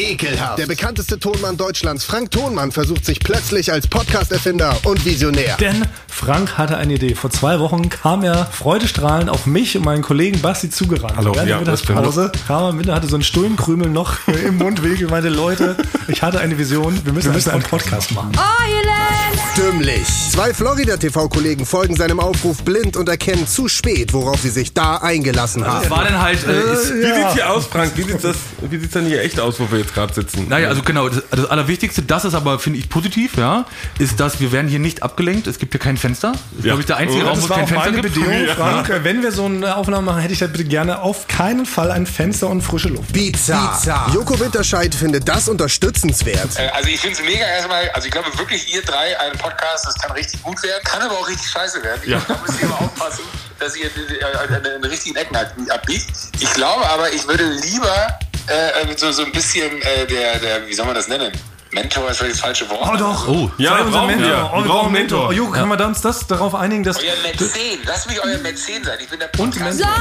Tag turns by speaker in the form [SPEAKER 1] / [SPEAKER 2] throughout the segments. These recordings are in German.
[SPEAKER 1] Ekelhaft.
[SPEAKER 2] Der bekannteste Tonmann Deutschlands, Frank Tonmann, versucht sich plötzlich als Podcast-Erfinder und Visionär.
[SPEAKER 3] Denn Frank hatte eine Idee. Vor zwei Wochen kam er freudestrahlend auf mich und meinen Kollegen Basti zugerannt.
[SPEAKER 4] Hallo,
[SPEAKER 3] Während
[SPEAKER 4] ja,
[SPEAKER 3] der Mittagspause kam er mit, hatte so einen Stullenkrümel noch im Mundwinkel und meinte, Leute, ich hatte eine Vision, wir müssen, wir müssen einen Podcast machen.
[SPEAKER 2] Dümmlich. Zwei Florida-TV-Kollegen folgen seinem Aufruf blind und erkennen zu spät, worauf sie sich da eingelassen haben.
[SPEAKER 5] War denn halt, äh, ist,
[SPEAKER 4] Wie sieht's hier aus, Frank? Wie sieht's, das, wie sieht's denn hier echt aus, wo wir jetzt gerade sitzen?
[SPEAKER 5] Naja, also genau, das, das Allerwichtigste, das ist aber, finde ich, positiv, ja, ist, dass wir werden hier nicht abgelenkt. Es gibt hier kein Fenster. Das ist,
[SPEAKER 4] Ja.
[SPEAKER 5] glaube ich, der einzige
[SPEAKER 4] Ja,
[SPEAKER 5] Raum, wo
[SPEAKER 3] Das
[SPEAKER 5] es
[SPEAKER 3] war
[SPEAKER 5] kein
[SPEAKER 3] auch
[SPEAKER 5] Fenster
[SPEAKER 3] meine
[SPEAKER 5] gibt.
[SPEAKER 3] Bedingung, Frank. Äh, Wenn wir so eine Aufnahme machen, hätte ich da bitte gerne auf keinen Fall ein Fenster und frische Luft.
[SPEAKER 2] Pizza. Joko Winterscheid findet das unterstützenswert.
[SPEAKER 6] Äh, Also ich finde es mega erstmal, also ich glaube wirklich, ihr drei, ein Podcast, das kann richtig gut werden, kann aber auch richtig scheiße werden. Ich glaube, müsst ihr immer aufpassen, dass ihr äh, äh, den richtigen Ecken ab- abbiegt. Ich glaube aber, ich würde lieber äh, äh, so, so ein bisschen äh, der, der, wie soll man das nennen? Mentor ist vielleicht das falsche Wort.
[SPEAKER 3] Oh doch.
[SPEAKER 5] Oh.
[SPEAKER 4] Ja,
[SPEAKER 3] Sei unser
[SPEAKER 4] brauchen wir. Wir
[SPEAKER 3] Oh, wir
[SPEAKER 4] brauchen
[SPEAKER 3] brauchen
[SPEAKER 4] einen Mentor.
[SPEAKER 3] Mentor. Oh, Joko, können wir uns das darauf einigen, dass...
[SPEAKER 6] Euer Mäzen, lasst mich euer Mäzen sein. Ich bin der
[SPEAKER 3] Und
[SPEAKER 6] Podcast.
[SPEAKER 3] Mentor.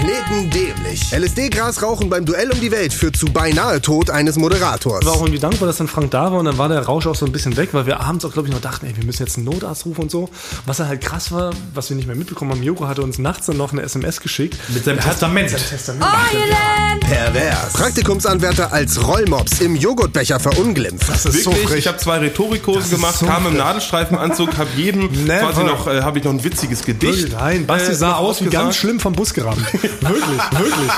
[SPEAKER 2] Kneten dämlich. LSD-Gras rauchen beim Duell um die Welt führt zu beinahe Tod eines Moderators.
[SPEAKER 3] war auch irgendwie dankbar, dass dann Frank da war und dann war der Rausch auch so ein bisschen weg, weil wir abends auch, glaube ich, noch dachten, ey, wir müssen jetzt einen Notarzt rufen und so. Was dann halt krass war, was wir nicht mehr mitbekommen haben, Joko hatte uns nachts dann noch eine SMS geschickt.
[SPEAKER 5] Mit seinem Testament.
[SPEAKER 2] Pervers. Praktikumsanwärter als Rollmops im Joghurtbecher verunglimpft. Das
[SPEAKER 4] Wirklich, ich habe zwei Rhetorikkurse gemacht,
[SPEAKER 3] so
[SPEAKER 4] kam im Nadelstreifenanzug, habe jedem
[SPEAKER 3] Never.
[SPEAKER 4] quasi noch, äh, habe ich noch ein witziges Gedicht.
[SPEAKER 3] Nein, Basti
[SPEAKER 4] äh,
[SPEAKER 3] sah
[SPEAKER 4] noch
[SPEAKER 3] aus wie
[SPEAKER 4] ausgesagt.
[SPEAKER 3] ganz schlimm vom Bus gerammt. wirklich, wirklich.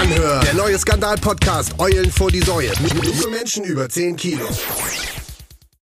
[SPEAKER 2] Anhören. Der neue Skandal-Podcast Eulen vor die Säue. Junge Menschen über 10 Kilo.